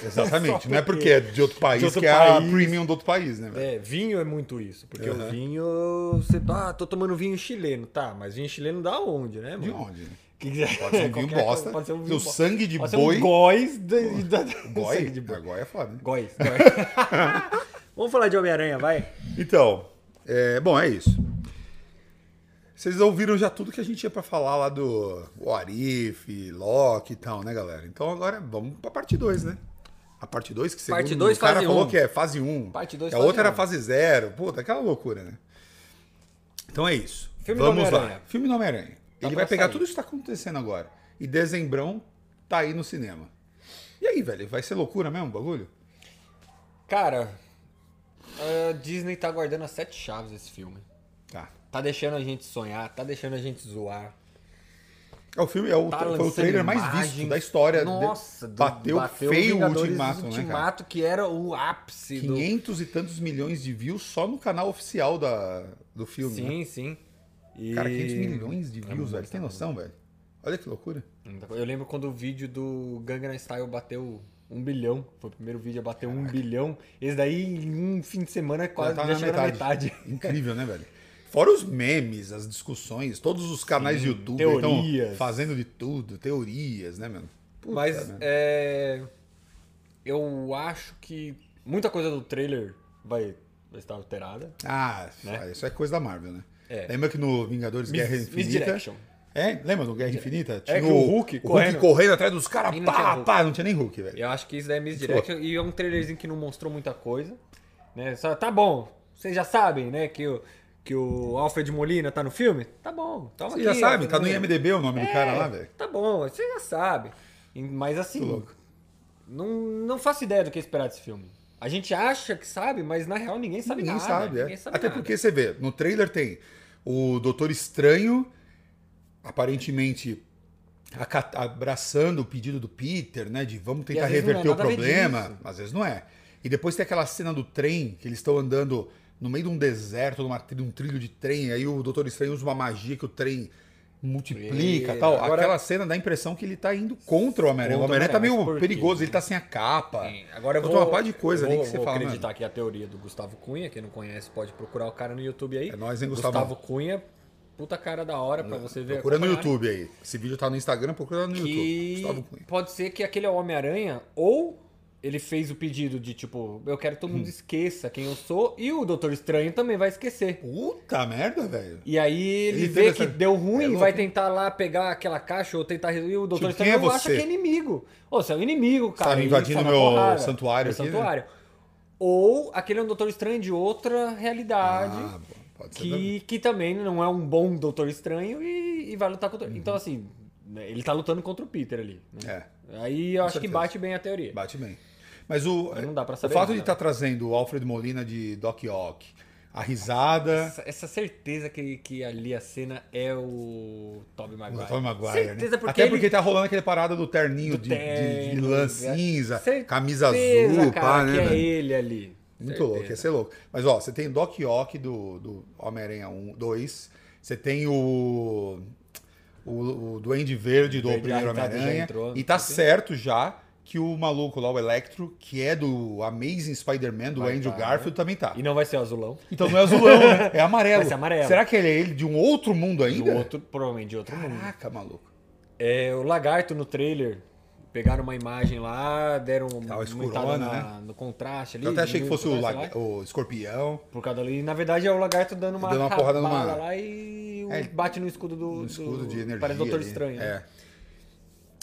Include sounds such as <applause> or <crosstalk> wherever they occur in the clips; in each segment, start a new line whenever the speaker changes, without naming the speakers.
Exatamente.
Só
Não é porque é de outro país
de outro
que é
país.
a premium do outro país, né? velho?
É, vinho é muito isso, porque
Aham.
o vinho, você, ah, tô tomando vinho chileno, tá, mas vinho chileno da onde, né, mano?
De onde? né?
<laughs> Que quiser-
Pode ser um vinho
É, qualquer
bosta.
coisa, Pode ser um
o
vinho bosta.
sangue de
Pode ser
boi.
um góis de, da,
Goi?
sangue de
Ah,
boi.
goi é foda, né?
Góis. góis.
<laughs>
<laughs> Vamos falar de Homem-Aranha, vai.
Então, é, bom, é isso. Vocês ouviram já tudo que a gente tinha pra falar lá do What If, Loki e tal, né, galera? Então agora vamos pra parte 2, né? A parte 2 que segundo
Parte dois,
o cara
fase
falou
um.
que é fase 1. Um.
Parte dois,
A
fase
outra
um.
era fase 0. Puta, aquela loucura, né? Então é isso.
Filme do
vamos lá.
Homem-Aranha.
Filme do Homem-Aranha.
Tá
Ele
pra
vai pegar
sair.
tudo isso que tá acontecendo agora. E dezembrão tá aí no cinema. E aí, velho? Vai ser loucura mesmo o bagulho?
Cara, a Disney tá guardando as sete chaves esse filme.
Tá.
Tá deixando a gente sonhar, tá deixando a gente zoar.
É o filme, é o,
Tá
foi o
lançando
trailer mais
imagens.
visto da história.
Nossa,
de,
do-
bateu, feio o
Vingadores
ultimato, né, cara?
Ultimato, que era o ápice do...
500 e tantos milhões de views só no canal oficial da, do filme. né?
Sim, sim. E-
Cara, 500 milhões de
É
views,
muita
velho. Tem
coisa.
noção, velho? Olha que loucura.
Muita coisa. Eu lembro quando o vídeo do Gangnam Style bateu um bilhão. Foi o primeiro vídeo a bater um bilhão. Esse daí, em um fim de semana, quase já,
tava tá na
chegou na metade.
<laughs>
<laughs>
Incrível, né, velho? Fora os memes, as discussões, todos os canais de YouTube
teorias.
estão fazendo de tudo, teorias, né, mano? Puta,
Mas
né?
é, eu acho que muita coisa do trailer vai, vai estar alterada.
Ah,
né?
isso é coisa da Marvel, né?
É.
Lembra que no Vingadores Guerra
Mis-
Infinita...
Misdirection.
É, lembra do Guerra Infinita? Tinha
É, que o Hulk correndo.
correndo atrás dos caras,
E não tinha
pá,
Hulk.
pá, não tinha nem Hulk, velho.
Eu acho que isso daí é Misdirection. E é um trailerzinho que não mostrou muita coisa. Né? Só, tá bom, vocês já sabem, né? Que o, que o Alfred Molina tá no filme? Tá bom. Toma
Você
aqui,
já sabe,
Alfred
tá no
Molina.
IMDB o nome do cara
É,
lá, velho.
Tá bom, você já sabe. E- Mas assim, não, não faço ideia do que esperar desse filme. A gente acha que sabe, mas na real ninguém sabe
Ninguém
nada.
sabe, é.
ninguém sabe
Até
nada.
porque você vê, no trailer tem o Doutor Estranho, aparentemente aca- abraçando o pedido do Peter, né? De vamos tentar
às vezes não é
reverter o
nada a ver
problema.
disso.
Às vezes não é. E depois tem aquela cena do trem, que eles estão andando no meio de um deserto, numa, tri- num trilho de trem, e aí o Doutor Estranho usa uma magia que o trem multiplica
É,
e tal.
agora-
Aquela cena dá a impressão que ele tá indo contra o Homem-Aranha. O
Contra o
Homem-Aranha tá
Homem-Aranha, mas
meio
por quê? É.
perigoso, ele tá sem a capa.
Sim, Agora eu
Então
vou,
tem uma par de coisa
eu
ali
vou-
que você
vou
fala,
acreditar aqui a teoria do Gustavo Cunha. Quem não conhece pode procurar o cara no YouTube aí.
É nóis, hein, Gustavo?
Cunha, puta cara da hora pra você ver.
Procura no
É, acompanhar.
YouTube aí. Esse vídeo tá no Instagram, procura no YouTube.
Que
Gustavo Cunha.
pode ser que aquele é o Homem-Aranha ou ele fez o pedido de tipo, eu quero que
Hum.
todo mundo esqueça quem eu sou e o Doutor Estranho também vai esquecer.
Puta merda, velho.
E aí ele,
Ele
vê
teve
que
essa-
deu
É
ruim,
louco,
vai
hein?
tentar lá pegar aquela caixa ou tentar resolver. E o
Tipo,
Doutor Estranho
quem é
acha
você?
que é inimigo. Ô, você é um inimigo, cara.
me
e
invadindo
sai na
meu
porrada.
santuário aqui, né?
santuário. Ou aquele é um Doutor Estranho de outra realidade.
Ah, tá- bom, pode ser. também.
que, que também não é um bom Doutor Estranho e, e vai lutar contra.
Uhum.
Então, assim, né, ele tá lutando contra o Peter ali. né?
É,
Aí eu acho que
certeza.
bate bem a teoria.
bate bem. Mas o,
Mas não dá pra saber
o fato
ainda,
de
né?
estar trazendo o Alfred Molina de Doc Ock, a risada.
Essa, essa certeza que, que ali a cena é o Tobey Maguire.
O Tom Maguire,
certeza
né?
porque
Até
ele-
porque tá rolando aquela parada do terninho de, de- de
terno,
lã
é.
cinza,
Certeza,
camisa azul,
cara,
pá,
que
né?
é
velho?
ele ali.
Muito
Certeza.
louco, ia ser louco. Mas ó, você tem Doc Ock do, do Homem-Aranha 1, 2, você tem o, o, o Duende Verde do
Duende
primeiro
Arrancado já
Homem-Aranha.
entrou,
E tá
não sei.
certo já que o maluco lá, o Electro, que é do Amazing Spider-Man, do
Vai
Andrew
tá, né?
Garfield, também tá.
E não vai ser o azulão.
Então não é azulão,
<laughs>
né? É amarelo.
Vai ser amarelo.
Será que ele é ele de um outro mundo
Do
ainda?
outro, provavelmente de outro mundo.
Caraca, maluco.
É, o lagarto no trailer. Pegaram uma imagem lá, deram uma
escurona, né?
escurona, no contraste ali.
Eu até achei que
diminuiu
fosse
o
o,
contraste
lag-
lá.
o escorpião.
Por causa ali, na verdade é o lagarto dando uma,
Dando uma porrada numa-
rabada lá e um
É,
bate no escudo do.
Um escudo
do-
de energia.
Parece Doutor
ali.
Estranho. né?
É.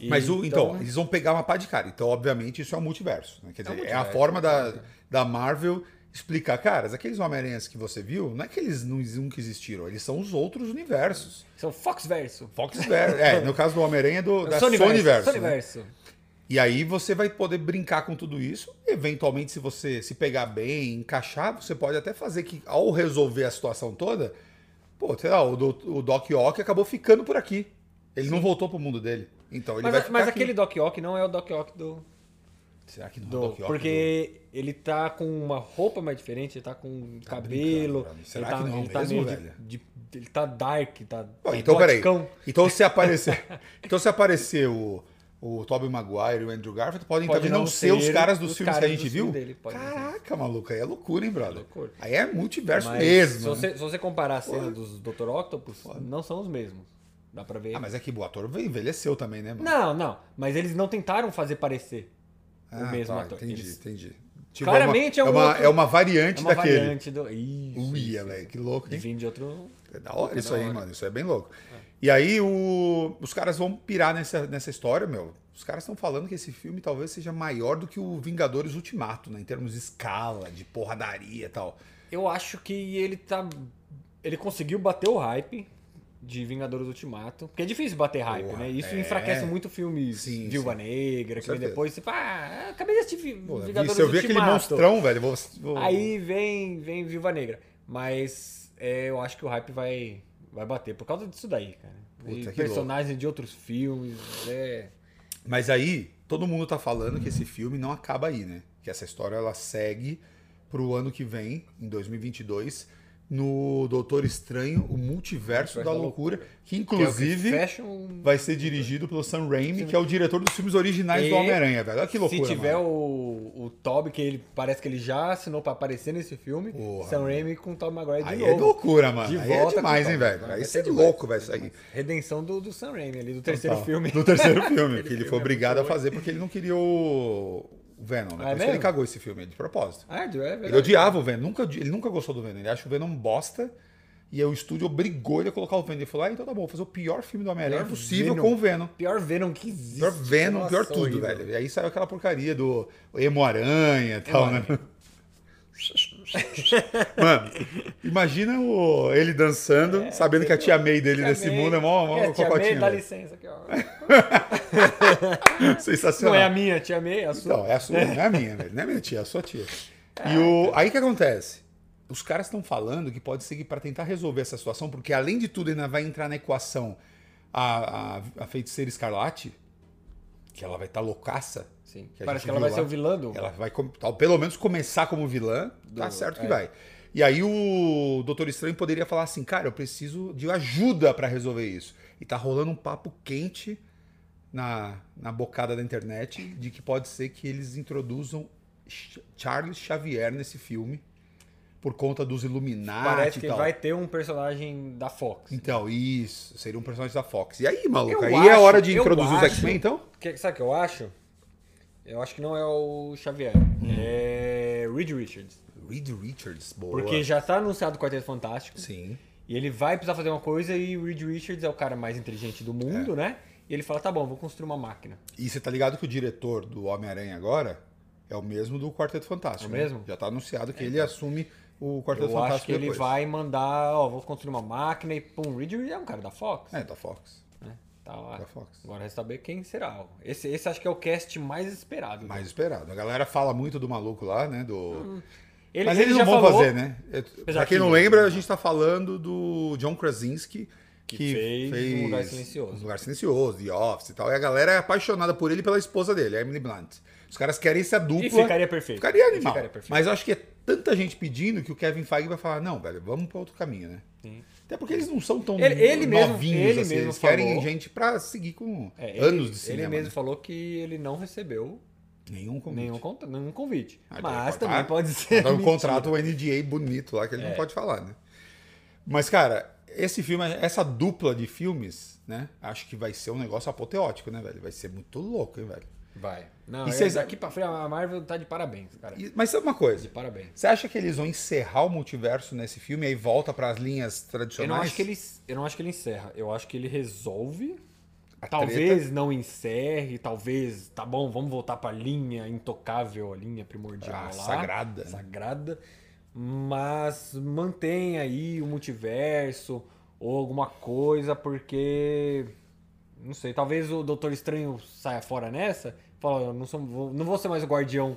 E
Mas o, então, eles vão pegar uma pá de cara. Então, obviamente, isso é um multiverso. né? Quer
né? É um
dizer, é, a
multiverso,
forma da, da Marvel explicar, caras, aqueles Homem-Aranhas que você viu, não é que eles nu- nunca existiram, eles são os outros universos.
São Fox Verso. <laughs>
Foxverse. é, no caso do Homem-Aranha, é do, da
Sony
Sony, Verso. né?
Sonyverso.
E aí você vai poder brincar com tudo isso. Eventualmente, se você se pegar bem, encaixar, você pode até fazer que, ao resolver a situação toda, pô, sei lá, o, do, o Doc Ock acabou ficando por aqui. Ele não voltou pro mundo dele. Então ele vai
Mas,
ficar
mas
aqui.
aquele Doc Ock não é o Doc Ock do.
Será que não
do-
é o Doc Ock
porque ele tá com uma roupa mais diferente, ele tá com cabelo.
brincando, brother. Será
ele tá,
que não
ele tá
mesmo,
meio de-
velho?
de- Ele tá dark, tá.
Bom, então, peraí.
goticão.
<laughs> Então se aparecer. então se aparecer o o Tobey Maguire e o Andrew Garfield podem
Pode
também
não
não
ser
ser os
ele,
caras dos
os
filmes que a
caras
gente
dos
viu.
filmes dele, pode não ser.
Caraca, maluco, aí é loucura, hein, brother?
Loucura.
Aí é multiverso
Mas Se
mesmo. né?
você, se você comparar a cena dos Dr. Octopus, não são os mesmos. Dá pra ver.
Ah, mas é que o ator envelheceu também, né, mano?
Não, não. Mas eles não tentaram fazer parecer o
Ah,
mesmo
tá,
ator.
Entendi,
Eles-
entendi.
Claramente
é
é
uma,
um
é uma,
outro-
é uma variante
É uma
daquele.
variante do. Isso, isso,
Uia,
isso.
velho, que louco,
E
hein?
vindo de outro.
É da hora isso
da
aí,
hora.
mano. Isso é bem louco. E aí o- os caras vão pirar nessa, nessa história, meu. Os caras estão falando que esse filme talvez seja maior do que o Vingadores Ultimato, né? Em termos de escala, de porradaria e tal.
Eu acho que ele tá. Ele conseguiu bater o hype de Vingadores Ultimato. Porque é difícil bater hype,
Porra,
né? Isso
é.
enfraquece muito filmes
Sim,
Viúva Negra, que vem
certeza.
depois. Você fala, ah, acabei de assistir Vi-
Pô, eu vi-
Vingadores
se eu vi aquele
Ultimato.
monstrão, velho, eu vou, vou-
Aí vem, vem Viúva Negra. Mas é, eu acho que o hype vai, vai bater por causa disso daí, cara.
Puta, que
e
louco.
personagens de outros filmes. É...
Mas aí todo mundo tá falando que esse filme não acaba aí, né? Que essa história ela segue pro ano que vem, em 2022, no Doutor Estranho, o Multiverso da,
Multiverso da
loucura, que
que é o que
inclusive
fecha um-
vai ser dirigido pelo Sam Raimi, que é o diretor dos filmes originais
E
do Homem-Aranha, velho. Olha que loucura.
Se tiver
mano.
o, o Toby, que ele parece que ele já assinou pra aparecer nesse filme,
Porra,
Sam Raimi com o Toby Maguire um de
Aí é
novo.
loucura, mano.
De
aí é
volta com
demais,
o
hein,
Tom.
velho.
Vai
Aí
ser
você é
demais,
louco, velho, isso aí.
Redenção do, do Sam Raimi ali, do terceiro
Total.
filme.
Do terceiro filme, que ele
filme
foi
é
obrigado a
muito
fazer porque ele não queria o o Venom, né? Por
Ah, é
isso que ele
mesmo?
cagou esse filme, de propósito.
<laughs> Ah, é verdade.
Ele odiava o Venom, nunca, ele nunca gostou do Venom. Ele acha o Venom um bosta. E aí o estúdio obrigou ele a colocar o Venom. Ele falou: ah, então tá bom, vou fazer o pior filme do Homem-Aranha
Pior
possível
Venom.
com o Venom.
Pior Venom que existe.
Pior Venom,
Nossa,
pior tudo,
horrível.
velho. E aí saiu aquela porcaria do Emo-Aranha e tal, né? Mano, imagina o, ele dançando, sabendo que a tia May dele
É, Tia
nesse
May-
mundo é mó, mó
é, tia May,
cocotinha.
dá
velho.
licença
<laughs>
aqui, ó. Não
Sensacional.
é a minha, tia May, é a sua.
Então, é a sua, não é a minha, velho. Não é minha tia, é a sua tia. E o, aí que acontece? Os caras estão falando que pode seguir para tentar resolver essa situação, porque além de tudo, ainda vai entrar na equação a, a, a feiticeira escarlate, que ela vai estar loucaça.
Sim.
a
Parece
gente
que
viu
ela vai
lá.
ser o vilã do.
Ela vai, com- tal, pelo menos, começar como vilã, tá
Do-
certo que
é.
vai. E aí o Doutor Estranho poderia falar assim, cara, eu preciso de ajuda pra resolver isso. E tá rolando um papo quente na, na bocada da internet de que pode ser que eles introduzam Ch- Charles Xavier nesse filme por conta dos Illuminati
Parece
tá e
que
tal.
vai ter um personagem da Fox.
Então, isso. Seria um personagem da Fox. E aí, maluco?
Eu
aí é
acho-
hora de
eu
introduzir os
acho-
X-Men, então?
Que- sabe o que eu acho? Eu acho que não é o Xavier.
Hum.
É Reed Richards.
Reed Richards, boa.
Porque já tá anunciado o Quarteto Fantástico.
Sim.
E ele vai precisar fazer uma coisa e o Reed Richards é o cara mais inteligente do
É.
mundo, né? E ele fala, tá bom, vou construir uma máquina.
E você tá ligado que o diretor do Homem-Aranha agora é o mesmo do Quarteto Fantástico.
É o
né?
mesmo? É, então.
Já tá anunciado que ele assume o
Eu
Quarteto
acho
Fantástico
que ele
depois.
vai mandar, ó, vou construir uma máquina e pum, Reed Richards é um cara da Fox.
É, da Fox.
Né? Tá lá.
Da Fox.
Agora resta saber quem será. ó. Esse, esse acho que é o cast mais esperado.
Mais esperado. A galera fala muito do maluco lá, né? Do...
Hum. Ele,
Mas
ele
eles
já
não vão
falou
fazer, né? Eu- Pra quem
que
não
não.
lembra, a gente tá falando do John Krasinski, que,
Que fez Um Lugar Silencioso.
Um Lugar Silencioso, The Office e tal. E a galera é apaixonada por ele e pela esposa dele, a Emily Blunt. Os caras querem essa dupla.
E ficaria perfeito.
Ficaria
E
animal.
ficaria perfeito.
Mas eu acho que é tanta gente pedindo que o Kevin Feige vai falar, não, velho, vamos pra outro caminho, né? Até porque eles não são tão
Ele- ele mesmo-
novinhos
ele
assim.
mesmo
eles querem
falou.
gente pra seguir com
É, ele-
anos de cinema.
Ele mesmo
né?
falou que ele não recebeu
Nenhum convite.
nenhum, con- nenhum convite.
Ah,
mas
daí,
também
<laughs> tá?
pode ser.
Dá um
mentira. É.
contrato, o NDA bonito lá, que ele não pode falar, né? Mas, cara, esse filme, essa dupla de filmes, né? Acho que vai ser um negócio apoteótico, né, velho? Vai ser muito louco, hein, velho?
Vai. Não,
E
é,
vocês-
daqui pra frente a Marvel tá de parabéns, cara.
E- mas sabe uma coisa?
De parabéns.
Você acha que eles vão encerrar o multiverso nesse filme e aí volta pras linhas
Eu
tradicionais?
não, acho que ele, eu não acho que ele encerra. Eu acho que ele resolve.
A
talvez não encerre, talvez, tá bom, vamos voltar pra linha intocável, a linha primordial
Ah,
lá.
sagrada, né?
Sagrada. Mas mantém aí o multiverso ou alguma coisa, porque. Não sei, talvez o Doutor Estranho saia fora nessa. Fala, eu não, sou, vou, não vou ser mais o guardião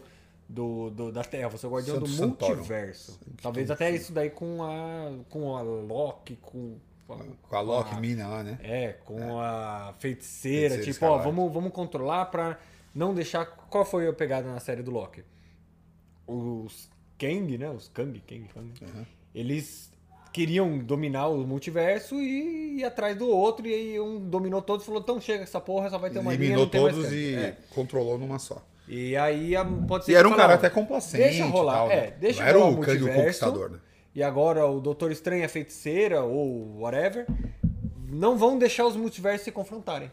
do, do- da Terra, vou ser o guardião
Santo
do
Santorum.
multiverso. Talvez até isso daí com a. com a Loki, com. com a-
Com a Loki
com a-
Mina lá, né?
é, com a feiticeira,
Feiticeira
tipo, ó,
Escarlate.
vamos, vamos controlar pra não deixar. Qual foi a pegada na série do Loki? Os Kang, né? Os Kang, Kang, Kang. Eles queriam dominar o multiverso e ir atrás do outro, e aí um dominou todos e falou: então chega essa porra, só vai ter uma
Eliminou
linha. não tem mais
todos
canto."
e
É.
controlou numa só.
E aí a- pode ser
E
que
era um
falaram,
cara até complacente.
Deixa
e
rolar,
tal, né?
é, deixa
Não era
rolar
o
o
Cândido
multiverso.
Conquistador, né?
E agora o Doutor Estranho é feiticeira ou whatever. Não vão deixar os multiversos se confrontarem.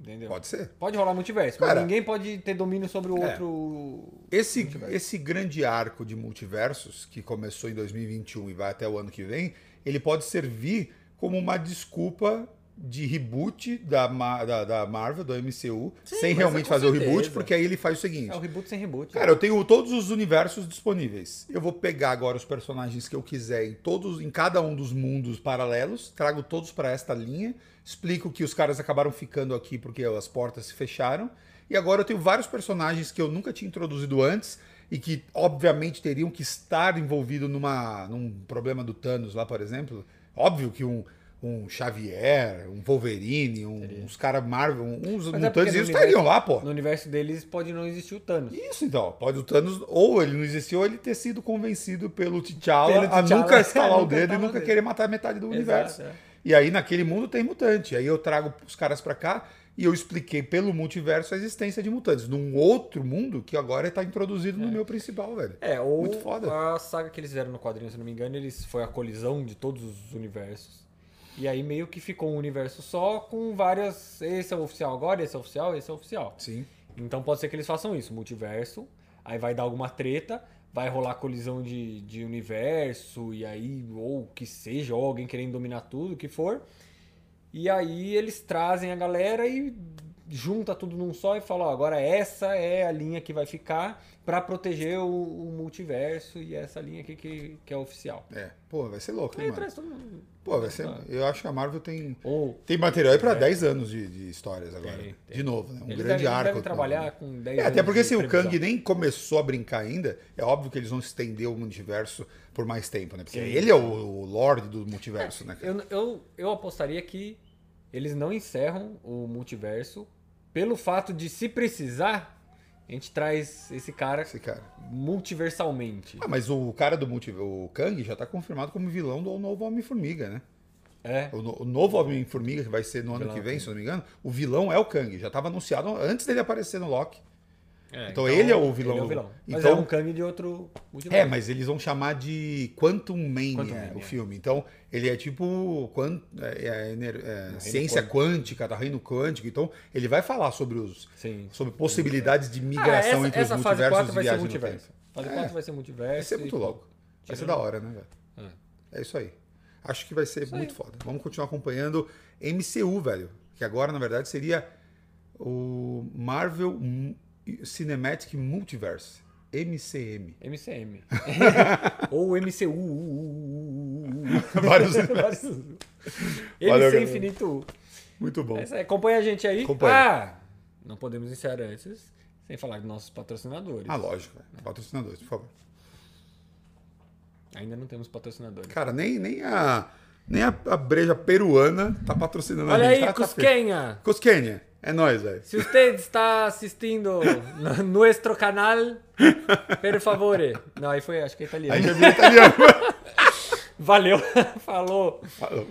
Entendeu?
Pode ser.
Pode rolar multiverso,
Cara,
mas ninguém pode ter domínio sobre o
é.
outro.
Esse, esse grande arco de multiversos, que começou em 2021 e vai até o ano que vem, ele pode servir como uma desculpa de reboot da, Ma- da, da Marvel, do MCU,
Sim,
sem
mas
realmente
com
fazer o
certeza.
reboot, porque aí ele faz o seguinte.
É o reboot sem reboot.
Cara, eu tenho todos os universos disponíveis. Eu vou pegar agora os personagens que eu quiser em todos, em cada um dos mundos paralelos, trago todos para esta linha, explico que os caras acabaram ficando aqui porque as portas se fecharam. E agora eu tenho vários personagens que eu nunca tinha introduzido antes e que obviamente teriam que estar envolvido numa num problema do Thanos lá, por exemplo. Óbvio que um um Xavier, um Wolverine, um- uns caras Marvel, um, uns
Mas é porque
mutantes,
no
eles estariam lá, pô.
No universo deles pode não existir o Thanos.
Isso então, pode o Thanos, ou ele não existiu, ou ele ter sido convencido pelo T'Challa
Pelo
a
T'Challa, É,
nunca
<laughs>
estalar o
nunca
dedo e
estalar o
nunca
dedo.
querer matar metade do universo.
Exato,
E aí naquele mundo tem mutante. Aí eu trago os caras pra cá e eu expliquei pelo multiverso a existência de mutantes. Num outro mundo que agora tá introduzido no meu principal, velho.
É, ou
Muito foda.
a saga que eles fizeram no quadrinho, se não me engano, eles foi a colisão de todos os universos. E aí meio que ficou um universo só com várias. Esse é o oficial agora, esse é o oficial, esse é o oficial.
Sim.
Então pode ser que eles façam isso, multiverso, aí vai dar alguma treta, vai rolar colisão de, de universo, e aí, ou o que seja, ou alguém querendo dominar tudo, o que for. E aí eles trazem a galera e junta tudo num só e fala, ó, agora essa é a linha que vai ficar pra proteger o, o multiverso e é essa linha aqui que, que é oficial.
É. Pô, vai ser louco, hein,
Aí
mano?
traz todo mundo.
Pô, vai
Ah.
ser. Eu acho que a Marvel tem.
Ou
Tem material aí pra 10 anos de, de histórias agora.
É. Tem,
De novo, né? Um
eles
grande
devem,
arco.
devem trabalhar com 10
É, até
anos
porque
de
se o
previsão.
Kang nem começou a brincar ainda, é óbvio que eles vão estender o multiverso por mais tempo, né? Porque ele é o, o Lorde do multiverso, né? cara?
Eu, eu, eu apostaria que eles não encerram o multiverso pelo fato de, se precisar, a gente traz esse cara
Esse cara.
multiversalmente.
Ah, mas o cara do multiverso, o Kang, já tá confirmado como vilão do novo Homem-Formiga, né?
É.
O, no- o novo Homem-Formiga, que vai ser no ano
Vilão
que
é o
vem, se eu não me engano, o vilão é o Kang. Já tava anunciado antes dele aparecer no Loki. então,
Então,
ele é o vilão.
Ele é
do-
o vilão. Mas
Então,
é um Kang de outro multiverso.
É, mas eles vão chamar de Quantum Mania,
Quantum Mania.
o filme. Então, ele é tipo quan- é, é, ener- é, ciência
quântico.
quântica, tá reino quântico. Então, ele vai falar sobre os
Sim.
sobre possibilidades de migração
Ah, essa,
entre
essa
os
fase
multiversos
4
e
vai ser
viagens no tempo.
multiverso. Fase 4 vai ser multiverso.
Vai ser muito
e-
louco. Vai ser da hora, né, velho? É. isso aí. Acho que vai ser muito foda. Vamos continuar acompanhando MCU, velho. Que agora, na verdade, seria o Marvel Cinematic Multiverse. MCM.
MCM.
<laughs>
Ou MCU.
Vários
<laughs> Vários.
Valeu,
MC
galera.
Infinito U.
Muito bom.
É isso aí, acompanha a gente aí.
Acompanha.
Ah, não podemos iniciar antes sem falar dos nossos patrocinadores.
Ah, lógico. velho. Patrocinadores, por favor.
Ainda não temos patrocinadores.
Cara, nem, nem a. Nem a, a breja peruana tá patrocinando
Olha
a gente.
aí,
tá, tá feio.
Cusquenha!
Cusquenha. É nóis, velho.
Se você está assistindo no nosso canal, por favor. Não, aí foi, acho que é
Aí
italiano.
já vi
<laughs>
italiano.
Valeu, falou.
Falou.